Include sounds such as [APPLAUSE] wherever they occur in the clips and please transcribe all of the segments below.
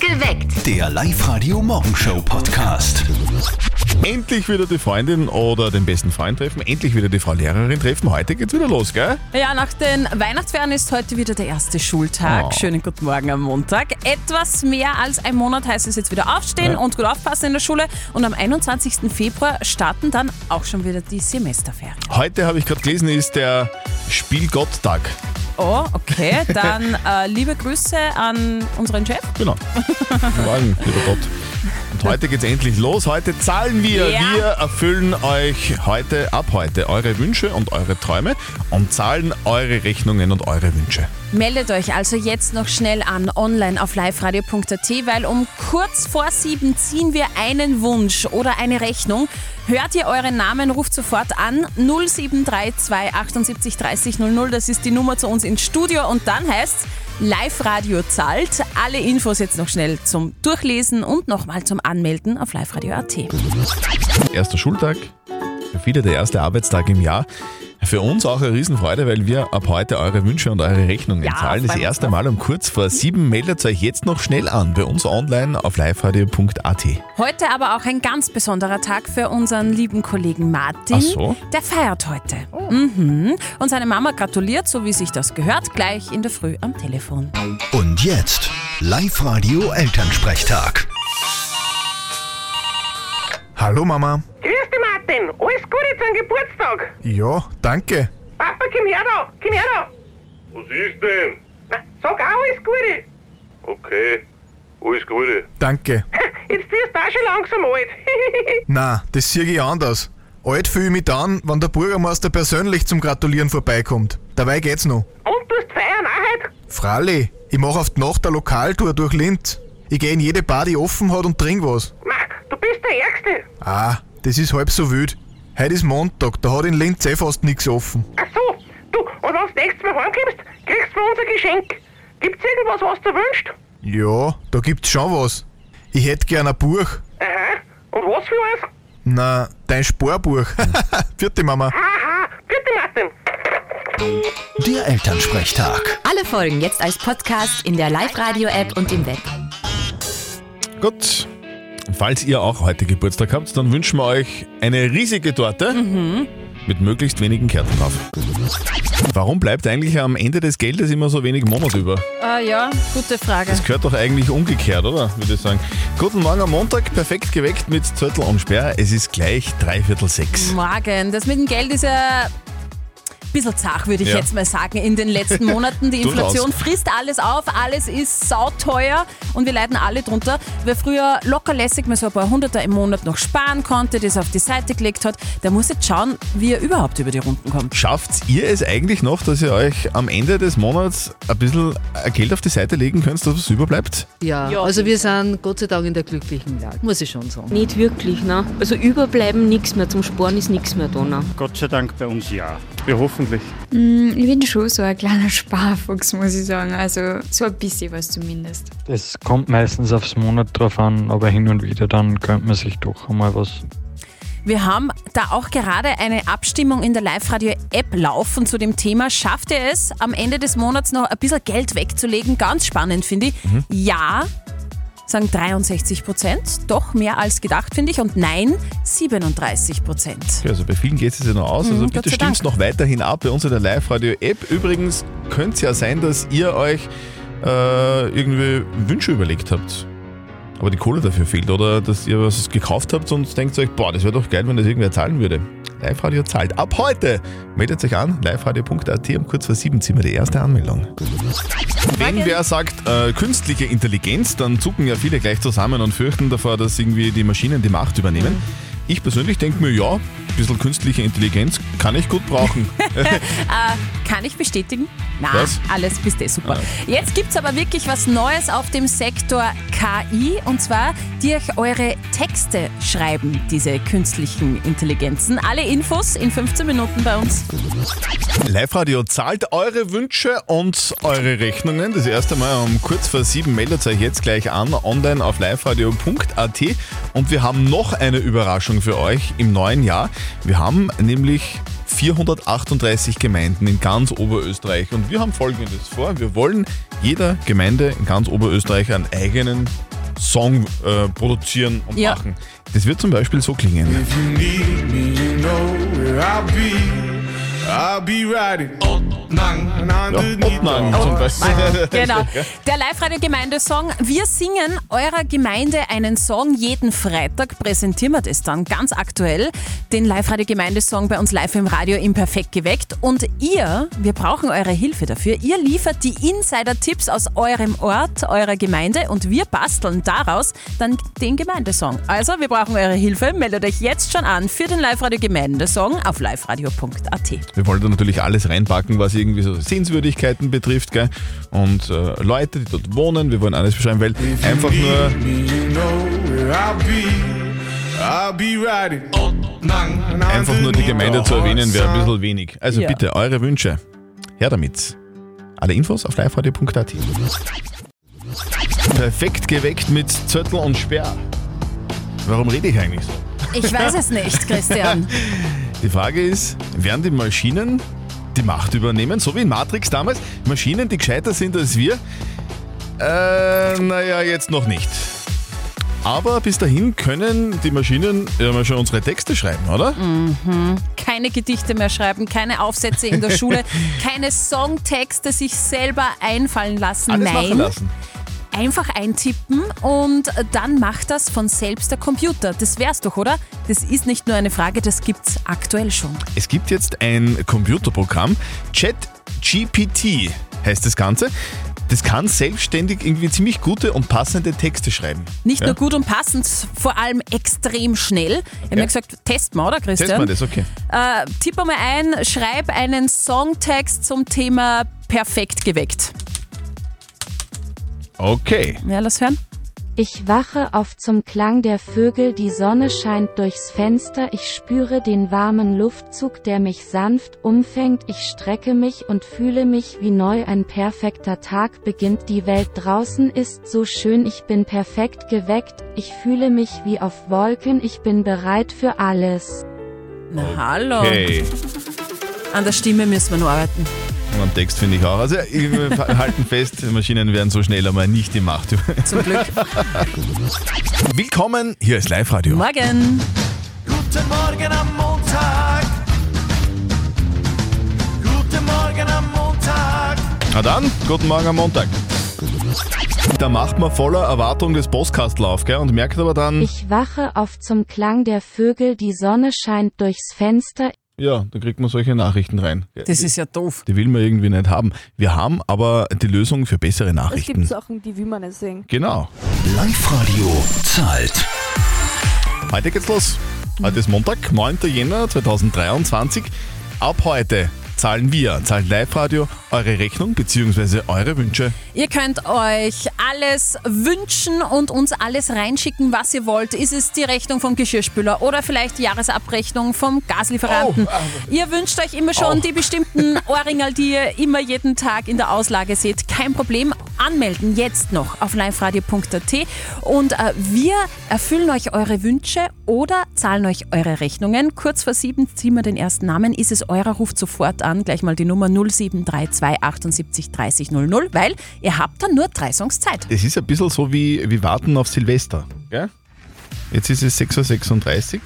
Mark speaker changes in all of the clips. Speaker 1: Geweckt.
Speaker 2: Der Live-Radio-Morgenshow-Podcast.
Speaker 3: Endlich wieder die Freundin oder den besten Freund treffen, endlich wieder die Frau Lehrerin treffen. Heute geht's wieder los, gell?
Speaker 4: Ja, nach den Weihnachtsferien ist heute wieder der erste Schultag.
Speaker 3: Oh.
Speaker 4: Schönen guten Morgen am Montag. Etwas mehr als ein Monat heißt es jetzt wieder aufstehen
Speaker 3: Ja.
Speaker 4: und gut aufpassen in der Schule. Und am 21. Februar starten dann auch schon wieder die Semesterferien.
Speaker 3: Heute habe ich gerade gelesen, ist der Spielgott-Tag.
Speaker 4: Oh, okay. Dann äh, liebe Grüße an unseren Chef.
Speaker 3: Genau. Guten Morgen, lieber Gott. Und heute geht's endlich los. Heute zahlen wir.
Speaker 4: Ja.
Speaker 3: Wir erfüllen euch heute, ab heute, eure Wünsche und eure Träume und zahlen eure Rechnungen und eure Wünsche.
Speaker 4: Meldet euch also jetzt noch schnell an online auf liveradio.at, weil um kurz vor sieben ziehen wir einen Wunsch oder eine Rechnung. Hört ihr euren Namen, ruft sofort an 0732 78 30 00. Das ist die Nummer zu uns ins Studio und dann heißt Live-Radio zahlt. Alle Infos jetzt noch schnell zum Durchlesen und nochmal zum Anmelden auf liveradio.at.
Speaker 3: Erster Schultag, für viele der erste Arbeitstag im Jahr. Für uns auch eine Riesenfreude, weil wir ab heute eure Wünsche und eure Rechnungen
Speaker 4: Ja,
Speaker 3: zahlen. Das
Speaker 4: freuen wir
Speaker 3: erste
Speaker 4: uns
Speaker 3: Mal um kurz vor sieben. Meldet euch jetzt noch schnell an bei uns online auf liveradio.at.
Speaker 4: Heute aber auch ein ganz besonderer Tag für unseren lieben Kollegen Martin.
Speaker 3: Ach so.
Speaker 4: Der feiert heute. Mhm. Und seine Mama gratuliert, so wie sich das gehört, gleich in der Früh am Telefon.
Speaker 2: Und jetzt Live-Radio-Elternsprechtag.
Speaker 3: Hallo Mama.
Speaker 5: Grüß dich, Martin. Alles Gute zum Geburtstag.
Speaker 3: Ja, danke.
Speaker 5: Papa, komm her da. Komm her da.
Speaker 6: Was ist denn?
Speaker 5: Na, sag auch alles Gute.
Speaker 6: Okay, alles Gute.
Speaker 7: Danke.
Speaker 5: [LAUGHS] Jetzt wirst du auch schon langsam alt. [LAUGHS]
Speaker 7: Na, das sehe ich anders. Alt fühle ich mich dann, wenn der Bürgermeister persönlich zum Gratulieren vorbeikommt. Dabei geht's noch.
Speaker 5: Und du hast feiern auch heute.
Speaker 7: Fralli, ich mache auf die Nacht eine Lokaltour durch Linz. Ich gehe in jede Bar, die offen hat und trink was.
Speaker 5: Na, du bist der Ärgste.
Speaker 7: Ah, das ist halb so wild. Heute ist Montag, da hat in Linz eh fast nichts offen.
Speaker 5: Ach so. Du, und wenn du nächstes Mal heimkommst, kriegst du von uns ein Geschenk. Gibt's irgendwas, was du wünschst?
Speaker 7: Ja, da gibt's schon was. Ich hätte gern ein Buch.
Speaker 5: Aha. Und was für eins?
Speaker 7: Na, dein Sparbuch. [LAUGHS] Vierte Mama.
Speaker 5: Aha. Vierte Martin.
Speaker 2: Der Elternsprechtag.
Speaker 8: Alle Folgen jetzt als Podcast in der Live-Radio-App und im Web.
Speaker 3: Gut. Und falls ihr auch heute Geburtstag habt, dann wünschen wir euch eine riesige Torte
Speaker 4: Mhm.
Speaker 3: mit möglichst wenigen Kerzen drauf. Warum bleibt eigentlich am Ende des Geldes immer so wenig Monat über?
Speaker 4: Ah ja, gute Frage.
Speaker 3: Das gehört doch eigentlich umgekehrt, oder? Würde ich sagen. Guten Morgen am Montag, perfekt geweckt mit Zettel und Sperr. Es ist gleich dreiviertel sechs.
Speaker 4: Morgen, das mit dem Geld ist ja ein bisschen zach, würde ich
Speaker 3: Ja.
Speaker 4: jetzt mal sagen, in den letzten
Speaker 3: [LAUGHS]
Speaker 4: Monaten. Die
Speaker 3: Durchaus.
Speaker 4: Inflation frisst alles auf, alles ist sauteuer und wir leiden alle drunter. Wer früher locker lässig mal so ein paar Hunderter im Monat noch sparen konnte, das auf die Seite gelegt hat, der muss jetzt schauen, wie er überhaupt über die Runden kommt.
Speaker 3: Schafft ihr es eigentlich noch, dass ihr euch am Ende des Monats ein bisschen Geld auf die Seite legen könnt, dass es überbleibt?
Speaker 9: Ja, also wir sind Gott sei Dank in der glücklichen Lage, muss ich schon sagen.
Speaker 10: Nicht wirklich, ne? Also überbleiben nichts mehr, zum Sparen ist nichts mehr da. Ne?
Speaker 11: Gott sei Dank bei uns ja. Ja, hoffentlich.
Speaker 8: Ich bin schon so ein kleiner Sparfuchs, muss ich sagen. Also so ein bisschen was zumindest.
Speaker 11: Es kommt meistens aufs Monat drauf an, aber hin und wieder dann könnte man sich doch einmal was.
Speaker 4: Wir haben da auch gerade eine Abstimmung in der Live-Radio-App laufen zu dem Thema. Schafft ihr es, am Ende des Monats noch ein bisschen Geld wegzulegen? Ganz spannend, finde ich. Ja, sagen 63 Prozent, doch mehr als gedacht, finde ich. Und nein, 37 Prozent.
Speaker 3: Ja, also bei vielen geht es ja noch aus. Also
Speaker 4: Mhm, Gott
Speaker 3: bitte
Speaker 4: sei Dank.
Speaker 3: stimmt's noch weiterhin ab bei uns in der Live-Radio-App. Übrigens könnte es ja sein, dass ihr euch äh, irgendwie Wünsche überlegt habt. Aber die Kohle dafür fehlt oder dass ihr was gekauft habt und denkt euch, boah, das wäre doch geil, wenn das irgendwer zahlen würde. Live-Radio zahlt. Ab heute meldet euch an, liveradio.at um kurz vor sieben ziehen wir die erste Anmeldung. Wenn wer sagt äh, künstliche Intelligenz, dann zucken ja viele gleich zusammen und fürchten davor, dass irgendwie die Maschinen die Macht übernehmen. Ich persönlich denke mir, ja, ein bisschen künstliche Intelligenz kann ich gut brauchen.
Speaker 4: Kann ich bestätigen? Na,
Speaker 3: Was?
Speaker 4: alles bist eh super. Jetzt gibt es aber wirklich was Neues auf dem Sektor KI und zwar durch eure Texte schreiben, diese künstlichen Intelligenzen. Alle Infos in 15 Minuten bei uns.
Speaker 3: Live-Radio zahlt eure Wünsche und eure Rechnungen. Das erste Mal um kurz vor sieben meldet euch jetzt gleich an, online auf liveradio.at. Und wir haben noch eine Überraschung für euch im neuen Jahr. Wir haben nämlich 438 Gemeinden in ganz Oberösterreich. Und wir haben Folgendes vor. Wir wollen jeder Gemeinde in ganz Oberösterreich einen eigenen Song äh, produzieren und
Speaker 4: Ja.
Speaker 3: machen. Das wird zum Beispiel so klingen. Ja, Ottnang zum Beispiel.
Speaker 4: Genau. Der Live-Radio-Gemeindesong. Wir singen eurer Gemeinde einen Song jeden Freitag, präsentieren wir das dann ganz aktuell. Den Live-Radio-Gemeindesong bei uns live im Radio im Perfekt geweckt. Und ihr, wir brauchen eure Hilfe dafür. Ihr liefert die Insider-Tipps aus eurem Ort, eurer Gemeinde und wir basteln daraus dann den Gemeindesong. Also, wir brauchen eure Hilfe. Meldet euch jetzt schon an für den Live-Radio-Gemeindesong auf liveradio.at.
Speaker 3: Wir wollen da natürlich alles reinpacken, was irgendwie so Sehenswürdigkeiten betrifft, gell? Und äh, Leute, die dort wohnen, wir wollen alles beschreiben, weil einfach nur. Einfach nur die Gemeinde zu erwähnen wäre ein bisschen wenig. Also
Speaker 4: Ja.
Speaker 3: bitte, eure Wünsche. Her damit. Alle Infos auf liveradio.at. Perfekt geweckt mit Zöttel und Sperr. Warum rede ich eigentlich so?
Speaker 4: Ich weiß es nicht, Christian.
Speaker 3: Die Frage ist, werden die Maschinen die Macht übernehmen, so wie in Matrix damals? Maschinen, die gescheiter sind als wir? Äh, naja, jetzt noch nicht. Aber bis dahin können die Maschinen ja mal schon unsere Texte schreiben, oder?
Speaker 4: keine Gedichte mehr schreiben, keine Aufsätze in der
Speaker 3: [LAUGHS]
Speaker 4: Schule, keine Songtexte sich selber einfallen lassen.
Speaker 3: Alles machen
Speaker 4: Nein,
Speaker 3: lassen.
Speaker 4: einfach eintippen und dann macht das von selbst der Computer. Das wär's doch, oder? Das ist nicht nur eine Frage, das gibt's aktuell schon.
Speaker 3: Es gibt jetzt ein Computerprogramm, ChatGPT heißt das Ganze. Das kann selbstständig irgendwie ziemlich gute und passende Texte schreiben.
Speaker 4: Nicht
Speaker 3: Ja.
Speaker 4: nur gut und passend, vor allem extrem schnell. Ich habe mir gesagt, testen wir, oder Christian?
Speaker 3: Testen wir das, okay.
Speaker 4: Äh, tipp mal ein, schreib einen Songtext zum Thema perfekt geweckt.
Speaker 3: Okay.
Speaker 4: Ja, lass hören.
Speaker 1: Ich wache auf zum Klang der Vögel, die Sonne scheint durchs Fenster, ich spüre den warmen Luftzug, der mich sanft umfängt, ich strecke mich und fühle mich wie neu, ein perfekter Tag beginnt, die Welt draußen ist so schön, ich bin perfekt geweckt, ich fühle mich wie auf Wolken, ich bin bereit für alles.
Speaker 4: Na, hallo.
Speaker 3: Okay.
Speaker 4: An der Stimme müssen wir nur arbeiten.
Speaker 3: Und am Text finde ich auch. Also [LAUGHS] wir halten fest, Maschinen werden so schnell einmal nicht die Macht.
Speaker 4: Zum Glück.
Speaker 3: [LAUGHS] Willkommen, hier ist Live-Radio.
Speaker 4: Morgen.
Speaker 12: Guten Morgen am Montag. Guten Morgen am Montag.
Speaker 3: Na dann, guten Morgen am Montag. Da macht man voller Erwartung das Postkastel auf, gell? Und merkt aber dann,
Speaker 1: Ich wache auf zum Klang der Vögel, die Sonne scheint durchs Fenster,
Speaker 3: ja, da kriegt man solche Nachrichten rein.
Speaker 4: Das ist ja doof.
Speaker 3: Die will man irgendwie nicht haben. Wir haben aber die Lösung für bessere
Speaker 13: Es gibt
Speaker 3: Nachrichten.
Speaker 13: Sachen, die will man nicht sehen.
Speaker 3: Genau. Live-Radio zahlt. Heute geht's los. Heute ist Montag, 9. Jänner 2023. Ab heute zahlen wir, zahlt Live-Radio eure Rechnung bzw. eure Wünsche.
Speaker 4: Ihr könnt euch alles wünschen und uns alles reinschicken, was ihr wollt. Ist es die Rechnung vom Geschirrspüler oder vielleicht die Jahresabrechnung vom Gaslieferanten? [LAUGHS] Ihr wünscht euch immer schon die bestimmten Ohrringerl, die ihr immer jeden Tag in der Auslage seht. Kein Problem. Anmelden jetzt noch auf liveradio.at und äh, wir erfüllen euch eure Wünsche oder zahlen euch eure Rechnungen. Kurz vor sieben ziehen wir den ersten Namen. Ist es eurer, ruft sofort an. Gleich mal die Nummer 0732 78 30 00, weil ihr habt dann nur drei Songs Zeit.
Speaker 3: Es ist ein bisschen so wie, wie Warten auf Silvester. Gell? Jetzt ist es 6.36 Uhr,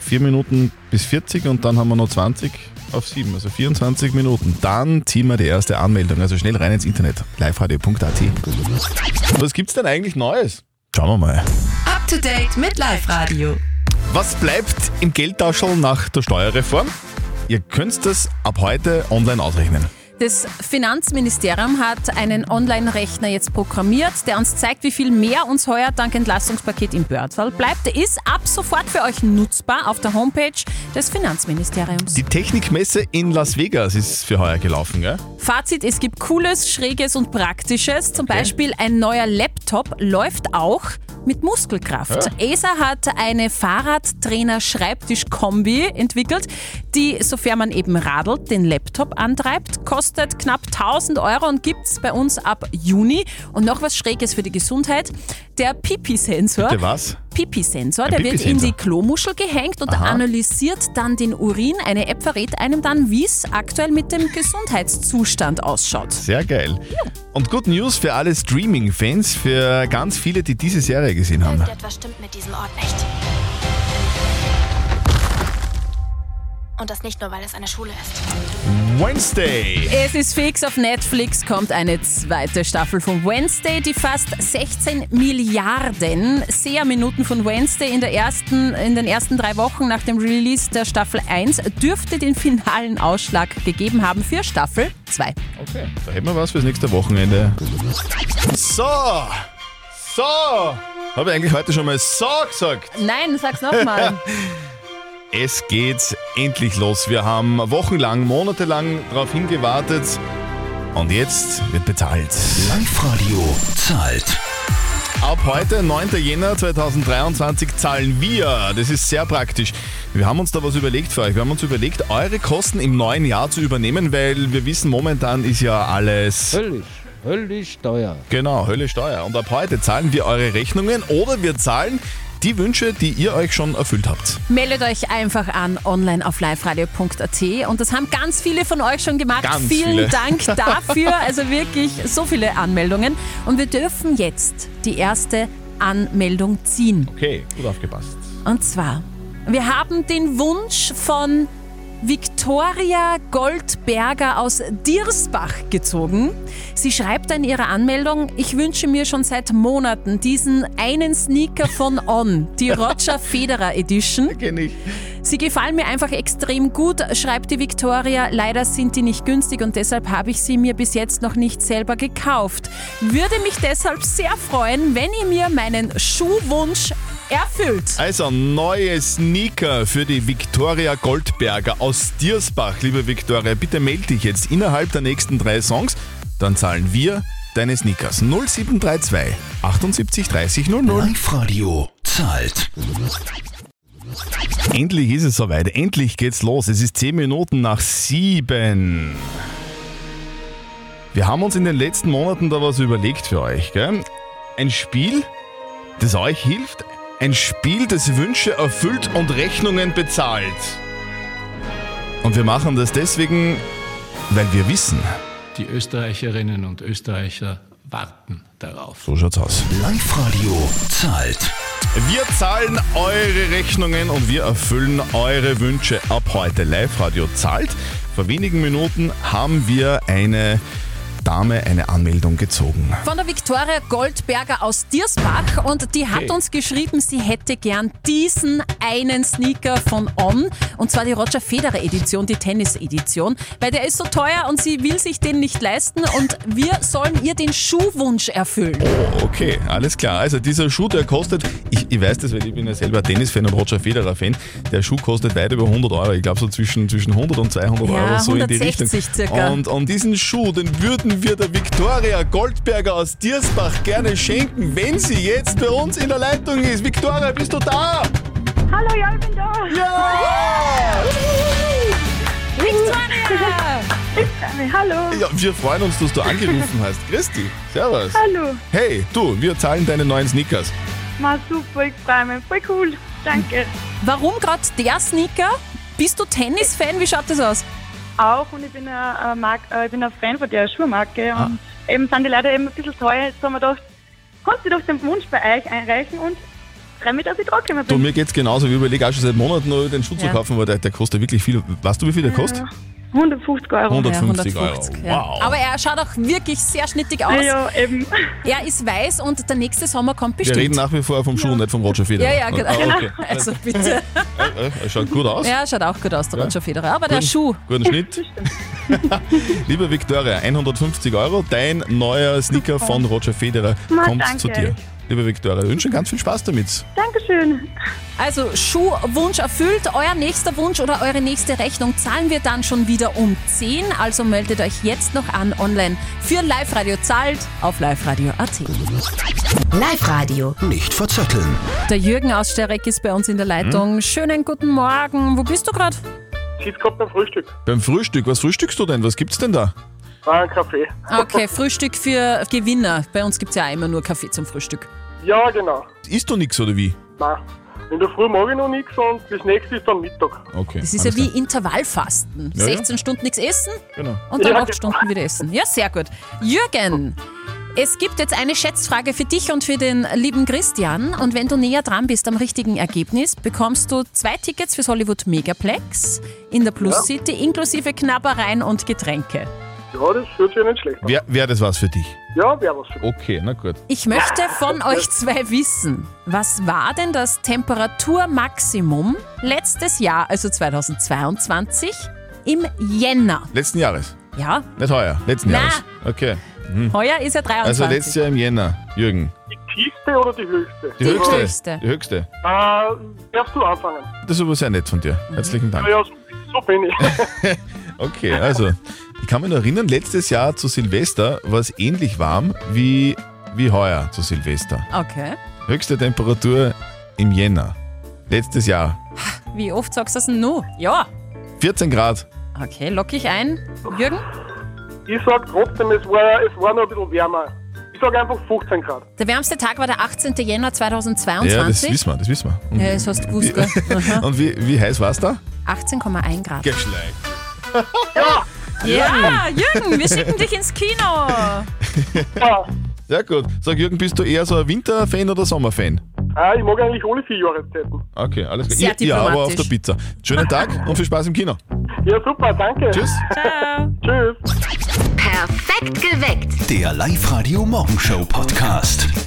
Speaker 3: 4 Minuten bis 40 und dann haben wir noch 20 auf 7, also 24 Minuten. Dann ziehen wir die erste Anmeldung. Also schnell rein ins Internet, liveradio.at. Was gibt's denn eigentlich Neues? Schauen wir mal.
Speaker 14: Up to date mit Live Radio.
Speaker 3: Was bleibt im Geldtaschel nach der Steuerreform? Ihr könnt das ab heute online ausrechnen.
Speaker 4: Das Finanzministerium hat einen Online-Rechner jetzt programmiert, der uns zeigt, wie viel mehr uns heuer dank Entlastungspaket im Bördfall bleibt. Der ist ab sofort für euch nutzbar auf der Homepage des Finanzministeriums.
Speaker 3: Die Technikmesse in Las Vegas ist für heuer gelaufen, gell?
Speaker 4: Fazit, es gibt Cooles, Schräges und Praktisches. Zum Beispiel ein neuer Laptop läuft auch mit Muskelkraft. ESA hat eine Fahrradtrainer-Schreibtisch-Kombi entwickelt, die, sofern man eben radelt, den Laptop antreibt. Kostet knapp 1000 Euro und gibt's bei uns ab Juni. Und noch was Schräges für die Gesundheit, der Pipi-Sensor.
Speaker 3: Bitte was?
Speaker 4: Pipi-Sensor.
Speaker 3: Ein
Speaker 4: Der wird in
Speaker 3: Pipi-Sensor.
Speaker 4: die Klomuschel gehängt und
Speaker 3: Aha.
Speaker 4: analysiert dann den Urin. Eine App verrät einem dann, wie es aktuell mit dem Gesundheitszustand ausschaut.
Speaker 3: Sehr geil. Und Good News für alle Streaming-Fans, für ganz viele, die diese Serie gesehen haben.
Speaker 13: Etwas stimmt mit diesem Ort nicht. Und das nicht nur, weil es eine Schule ist.
Speaker 3: Wednesday.
Speaker 4: Es ist fix, auf Netflix kommt eine zweite Staffel von Wednesday, die fast 16 Milliarden Seherminuten von Wednesday in, der ersten, in den ersten drei Wochen nach dem Release der Staffel 1 dürfte den finalen Ausschlag gegeben haben für Staffel 2.
Speaker 3: Okay. Da hätten wir was fürs nächste Wochenende. So, so. Habe ich eigentlich heute schon mal so gesagt.
Speaker 4: Nein,
Speaker 3: [LAUGHS]
Speaker 4: sag's nochmal.
Speaker 3: Es geht endlich los. Wir haben wochenlang, monatelang darauf hingewartet. Und jetzt wird bezahlt. Live-Radio zahlt. Ab heute, 9. Jänner 2023, zahlen wir. Das ist sehr praktisch. Wir haben uns da was überlegt für euch. Wir haben uns überlegt, eure Kosten im neuen Jahr zu übernehmen, weil wir wissen, momentan ist ja alles. Höllisch. Höllisch teuer. Genau, höllisch teuer. Und ab heute zahlen wir eure Rechnungen oder wir zahlen die Wünsche, die ihr euch schon erfüllt habt.
Speaker 4: Meldet euch einfach an online auf liveradio.at und das haben ganz viele von euch schon gemacht.
Speaker 3: Ganz
Speaker 4: Vielen
Speaker 3: viele. [LAUGHS]
Speaker 4: Dank dafür. Also wirklich so viele Anmeldungen. Und wir dürfen jetzt die erste Anmeldung ziehen.
Speaker 3: Okay, gut aufgepasst.
Speaker 4: Und zwar, wir haben den Wunsch von Viktoria Goldberger aus Diersbach gezogen. Sie schreibt in ihrer Anmeldung, ich wünsche mir schon seit Monaten diesen einen Sneaker von On,
Speaker 3: [LAUGHS]
Speaker 4: die Roger Federer Edition.
Speaker 3: Kenn ich.
Speaker 4: Sie gefallen mir einfach extrem gut, schreibt die Victoria. Leider sind die nicht günstig und deshalb habe ich sie mir bis jetzt noch nicht selber gekauft. Würde mich deshalb sehr freuen, wenn ihr mir meinen Schuhwunsch erfüllt.
Speaker 3: Also neue Sneaker für die Viktoria Goldberger aus Diersbach. Liebe Viktoria, bitte melde dich jetzt innerhalb der nächsten drei Songs, dann zahlen wir deine Sneakers. 0732 78 30 00. Live-Radio zahlt. Endlich ist es soweit. Endlich geht's los. Es ist 10 Minuten nach 7. Wir haben uns in den letzten Monaten da was überlegt für euch. Gell? Ein Spiel, das euch hilft. Ein Spiel, das Wünsche erfüllt und Rechnungen bezahlt. Und wir machen das deswegen, weil wir wissen.
Speaker 15: Die Österreicherinnen und Österreicher warten darauf.
Speaker 3: So schaut's aus.
Speaker 2: Live-Radio zahlt.
Speaker 3: Wir zahlen eure Rechnungen und wir erfüllen eure Wünsche ab heute. Live-Radio zahlt. Vor wenigen Minuten haben wir eine Dame eine Anmeldung gezogen.
Speaker 4: Von der Viktoria Goldberger aus Diersbach und die hat
Speaker 3: Okay.
Speaker 4: uns geschrieben, sie hätte gern diesen einen Sneaker von On und zwar die Roger Federer Edition, die Tennis Edition, weil der ist so teuer und sie will sich den nicht leisten und wir sollen ihr den Schuhwunsch erfüllen.
Speaker 3: Okay, alles klar. Also dieser Schuh, der kostet, ich, ich weiß das, weil ich bin ja selber Tennis-Fan und Roger Federer-Fan, der Schuh kostet weit über 100 Euro. Ich glaube so zwischen, zwischen 100 und 200
Speaker 4: Ja,
Speaker 3: Euro, so in die
Speaker 4: 160
Speaker 3: Richtung.
Speaker 4: circa.
Speaker 3: Und, und diesen Schuh, den würden wir der Viktoria Goldberger aus Diersbach gerne schenken, wenn sie jetzt bei uns in der Leitung ist. Viktoria, bist du da?
Speaker 16: Hallo, ja, ich bin da.
Speaker 3: Ja!
Speaker 4: Victoria!
Speaker 16: Hallo.
Speaker 3: Ja, wir freuen uns, dass du angerufen hast. Christi, servus.
Speaker 16: Hallo.
Speaker 3: Hey, du, wir zahlen deine neuen Sneakers.
Speaker 16: Ma, super, ich freue mich. Voll cool. Danke.
Speaker 4: Warum gerade der Sneaker? Bist du Tennis-Fan? Wie schaut das aus?
Speaker 16: Auch und ich bin ein, äh, Mark, äh, ich bin ein Fan von der Schuhmarke.
Speaker 3: Ah.
Speaker 16: Und eben sind die leider eben ein bisschen teuer. Jetzt haben wir gedacht, kannst du doch den Wunsch bei euch einreichen und freue mich, dass ich dran gekommen
Speaker 3: Du,
Speaker 16: bin.
Speaker 3: mir geht's genauso. Ich überlege auch schon seit Monaten, ob ich den Schuh zu
Speaker 16: Ja.
Speaker 3: kaufen, weil der, der kostet wirklich viel. Weißt du, wie viel der kostet?
Speaker 16: 150 Euro.
Speaker 3: 150
Speaker 4: Ja, 150,
Speaker 3: Euro.
Speaker 4: ja.
Speaker 3: Wow.
Speaker 4: Aber er schaut auch wirklich sehr schnittig aus.
Speaker 16: Ja, eben. [LAUGHS]
Speaker 4: Er ist weiß und der nächste Sommer kommt
Speaker 3: Wir
Speaker 4: bestimmt.
Speaker 3: reden nach wie vor vom Schuh, nicht vom Roger Federer.
Speaker 4: Ja, ja, genau.
Speaker 3: Ah, okay.
Speaker 4: [LAUGHS] Also bitte.
Speaker 3: Äh, äh, er schaut gut aus.
Speaker 4: Ja, schaut auch gut aus, der
Speaker 3: Ja.
Speaker 4: Roger Federer. Aber der
Speaker 3: Guten-
Speaker 4: Schuh.
Speaker 3: Guten
Speaker 4: [LAUGHS]
Speaker 3: Schnitt. [LAUGHS] Liebe Viktoria, 150 Euro. Dein neuer Sneaker von Roger Federer
Speaker 16: Na,
Speaker 3: kommt
Speaker 16: danke.
Speaker 3: zu dir. Liebe Viktoria, wir wünschen ganz viel Spaß damit.
Speaker 16: Dankeschön.
Speaker 4: Also Schuhwunsch erfüllt, euer nächster Wunsch oder eure nächste Rechnung zahlen wir dann schon wieder um 10. Also meldet euch jetzt noch an online für Live Radio zahlt auf liveradio.at.
Speaker 14: Live Radio.
Speaker 2: Nicht verzetteln.
Speaker 4: Der Jürgen aus Stereck ist bei uns in der
Speaker 3: Mhm.
Speaker 4: Leitung. Schönen guten Morgen. Wo bist du gerade?
Speaker 17: Sieht gerade beim Frühstück.
Speaker 3: Beim Frühstück, was frühstückst du denn? Was gibt's denn da?
Speaker 17: Ah, ein Kaffee.
Speaker 4: Okay, Frühstück für Gewinner. Bei uns gibt es ja immer nur Kaffee zum Frühstück.
Speaker 17: Ja, genau.
Speaker 3: Isst du nichts oder wie?
Speaker 5: Nein. In der Früh mag ich noch nichts und das nächste ist dann Mittag.
Speaker 3: Okay.
Speaker 4: Das ist ja wie Intervallfasten.
Speaker 3: Ja, ja.
Speaker 4: 16 Stunden nichts essen
Speaker 3: Genau.
Speaker 4: und dann
Speaker 3: Ja,
Speaker 4: 8 Stunden wieder essen. Ja, sehr gut. Jürgen, es gibt jetzt eine Schätzfrage für dich und für den lieben Christian. Und wenn du näher dran bist am richtigen Ergebnis, bekommst du zwei Tickets fürs Hollywood Megaplex in der Plus
Speaker 5: Ja.
Speaker 4: City inklusive Knabbereien und Getränke.
Speaker 5: Ja, das hört sich ja nicht schlecht an.
Speaker 3: Wer, wer das was für dich?
Speaker 5: Ja, wäre was.
Speaker 3: Okay, na gut.
Speaker 4: Ich möchte
Speaker 3: [LAUGHS]
Speaker 4: von euch zwei wissen, was war denn das Temperaturmaximum letztes Jahr, also 2022, im Jänner?
Speaker 3: Letzten Jahres.
Speaker 4: Ja,
Speaker 3: Nicht heuer, letzten
Speaker 4: Na.
Speaker 3: Jahres. Okay. Mhm.
Speaker 4: heuer ist ja 23.
Speaker 3: Also letztes Jahr im Jänner, Jürgen.
Speaker 5: Die tiefste oder die höchste?
Speaker 3: Die, höchste. Die höchste.
Speaker 5: Äh, darfst du anfangen?
Speaker 3: Das ist aber sehr nett von dir. Herzlichen Dank.
Speaker 5: Naja, so, so bin ich.
Speaker 3: Okay, also. Ich kann mich noch erinnern, letztes Jahr zu Silvester war es ähnlich warm wie, wie heuer zu Silvester.
Speaker 4: Okay.
Speaker 3: Höchste Temperatur im Jänner. Letztes Jahr.
Speaker 4: Wie oft sagst du das denn nur? Ja.
Speaker 3: 14 Grad.
Speaker 4: Okay, lock ich ein. Jürgen?
Speaker 5: Ich sag trotzdem, es war, es war noch ein bisschen wärmer. Ich sag einfach 15 Grad.
Speaker 4: Der wärmste Tag war der 18. Jänner
Speaker 3: Ja, das
Speaker 4: 2022.
Speaker 3: wissen wir, das wissen wir.
Speaker 4: Ja, das hast du gewusst, gell? Aha.
Speaker 3: [LAUGHS] Und wie, wie heiß war es da?
Speaker 4: 18,1 Grad.
Speaker 3: Geschlecht.
Speaker 4: Ja, Jürgen, wir schicken dich ins Kino.
Speaker 3: Sehr gut. Sag Jürgen, bist du eher so ein Winterfan oder Sommerfan?
Speaker 5: Ah, ich mag eigentlich alle vier Jahreszeiten.
Speaker 3: Okay, alles klar.
Speaker 5: Sehr
Speaker 3: Ja, ja, aber auf der
Speaker 5: diplomatisch.
Speaker 3: Pizza. Schönen Tag und viel Spaß im Kino.
Speaker 5: Ja, super, danke.
Speaker 3: Tschüss.
Speaker 4: Ciao.
Speaker 5: Tschüss.
Speaker 10: Perfekt geweckt.
Speaker 2: Der Live-Radio Morgenshow Podcast.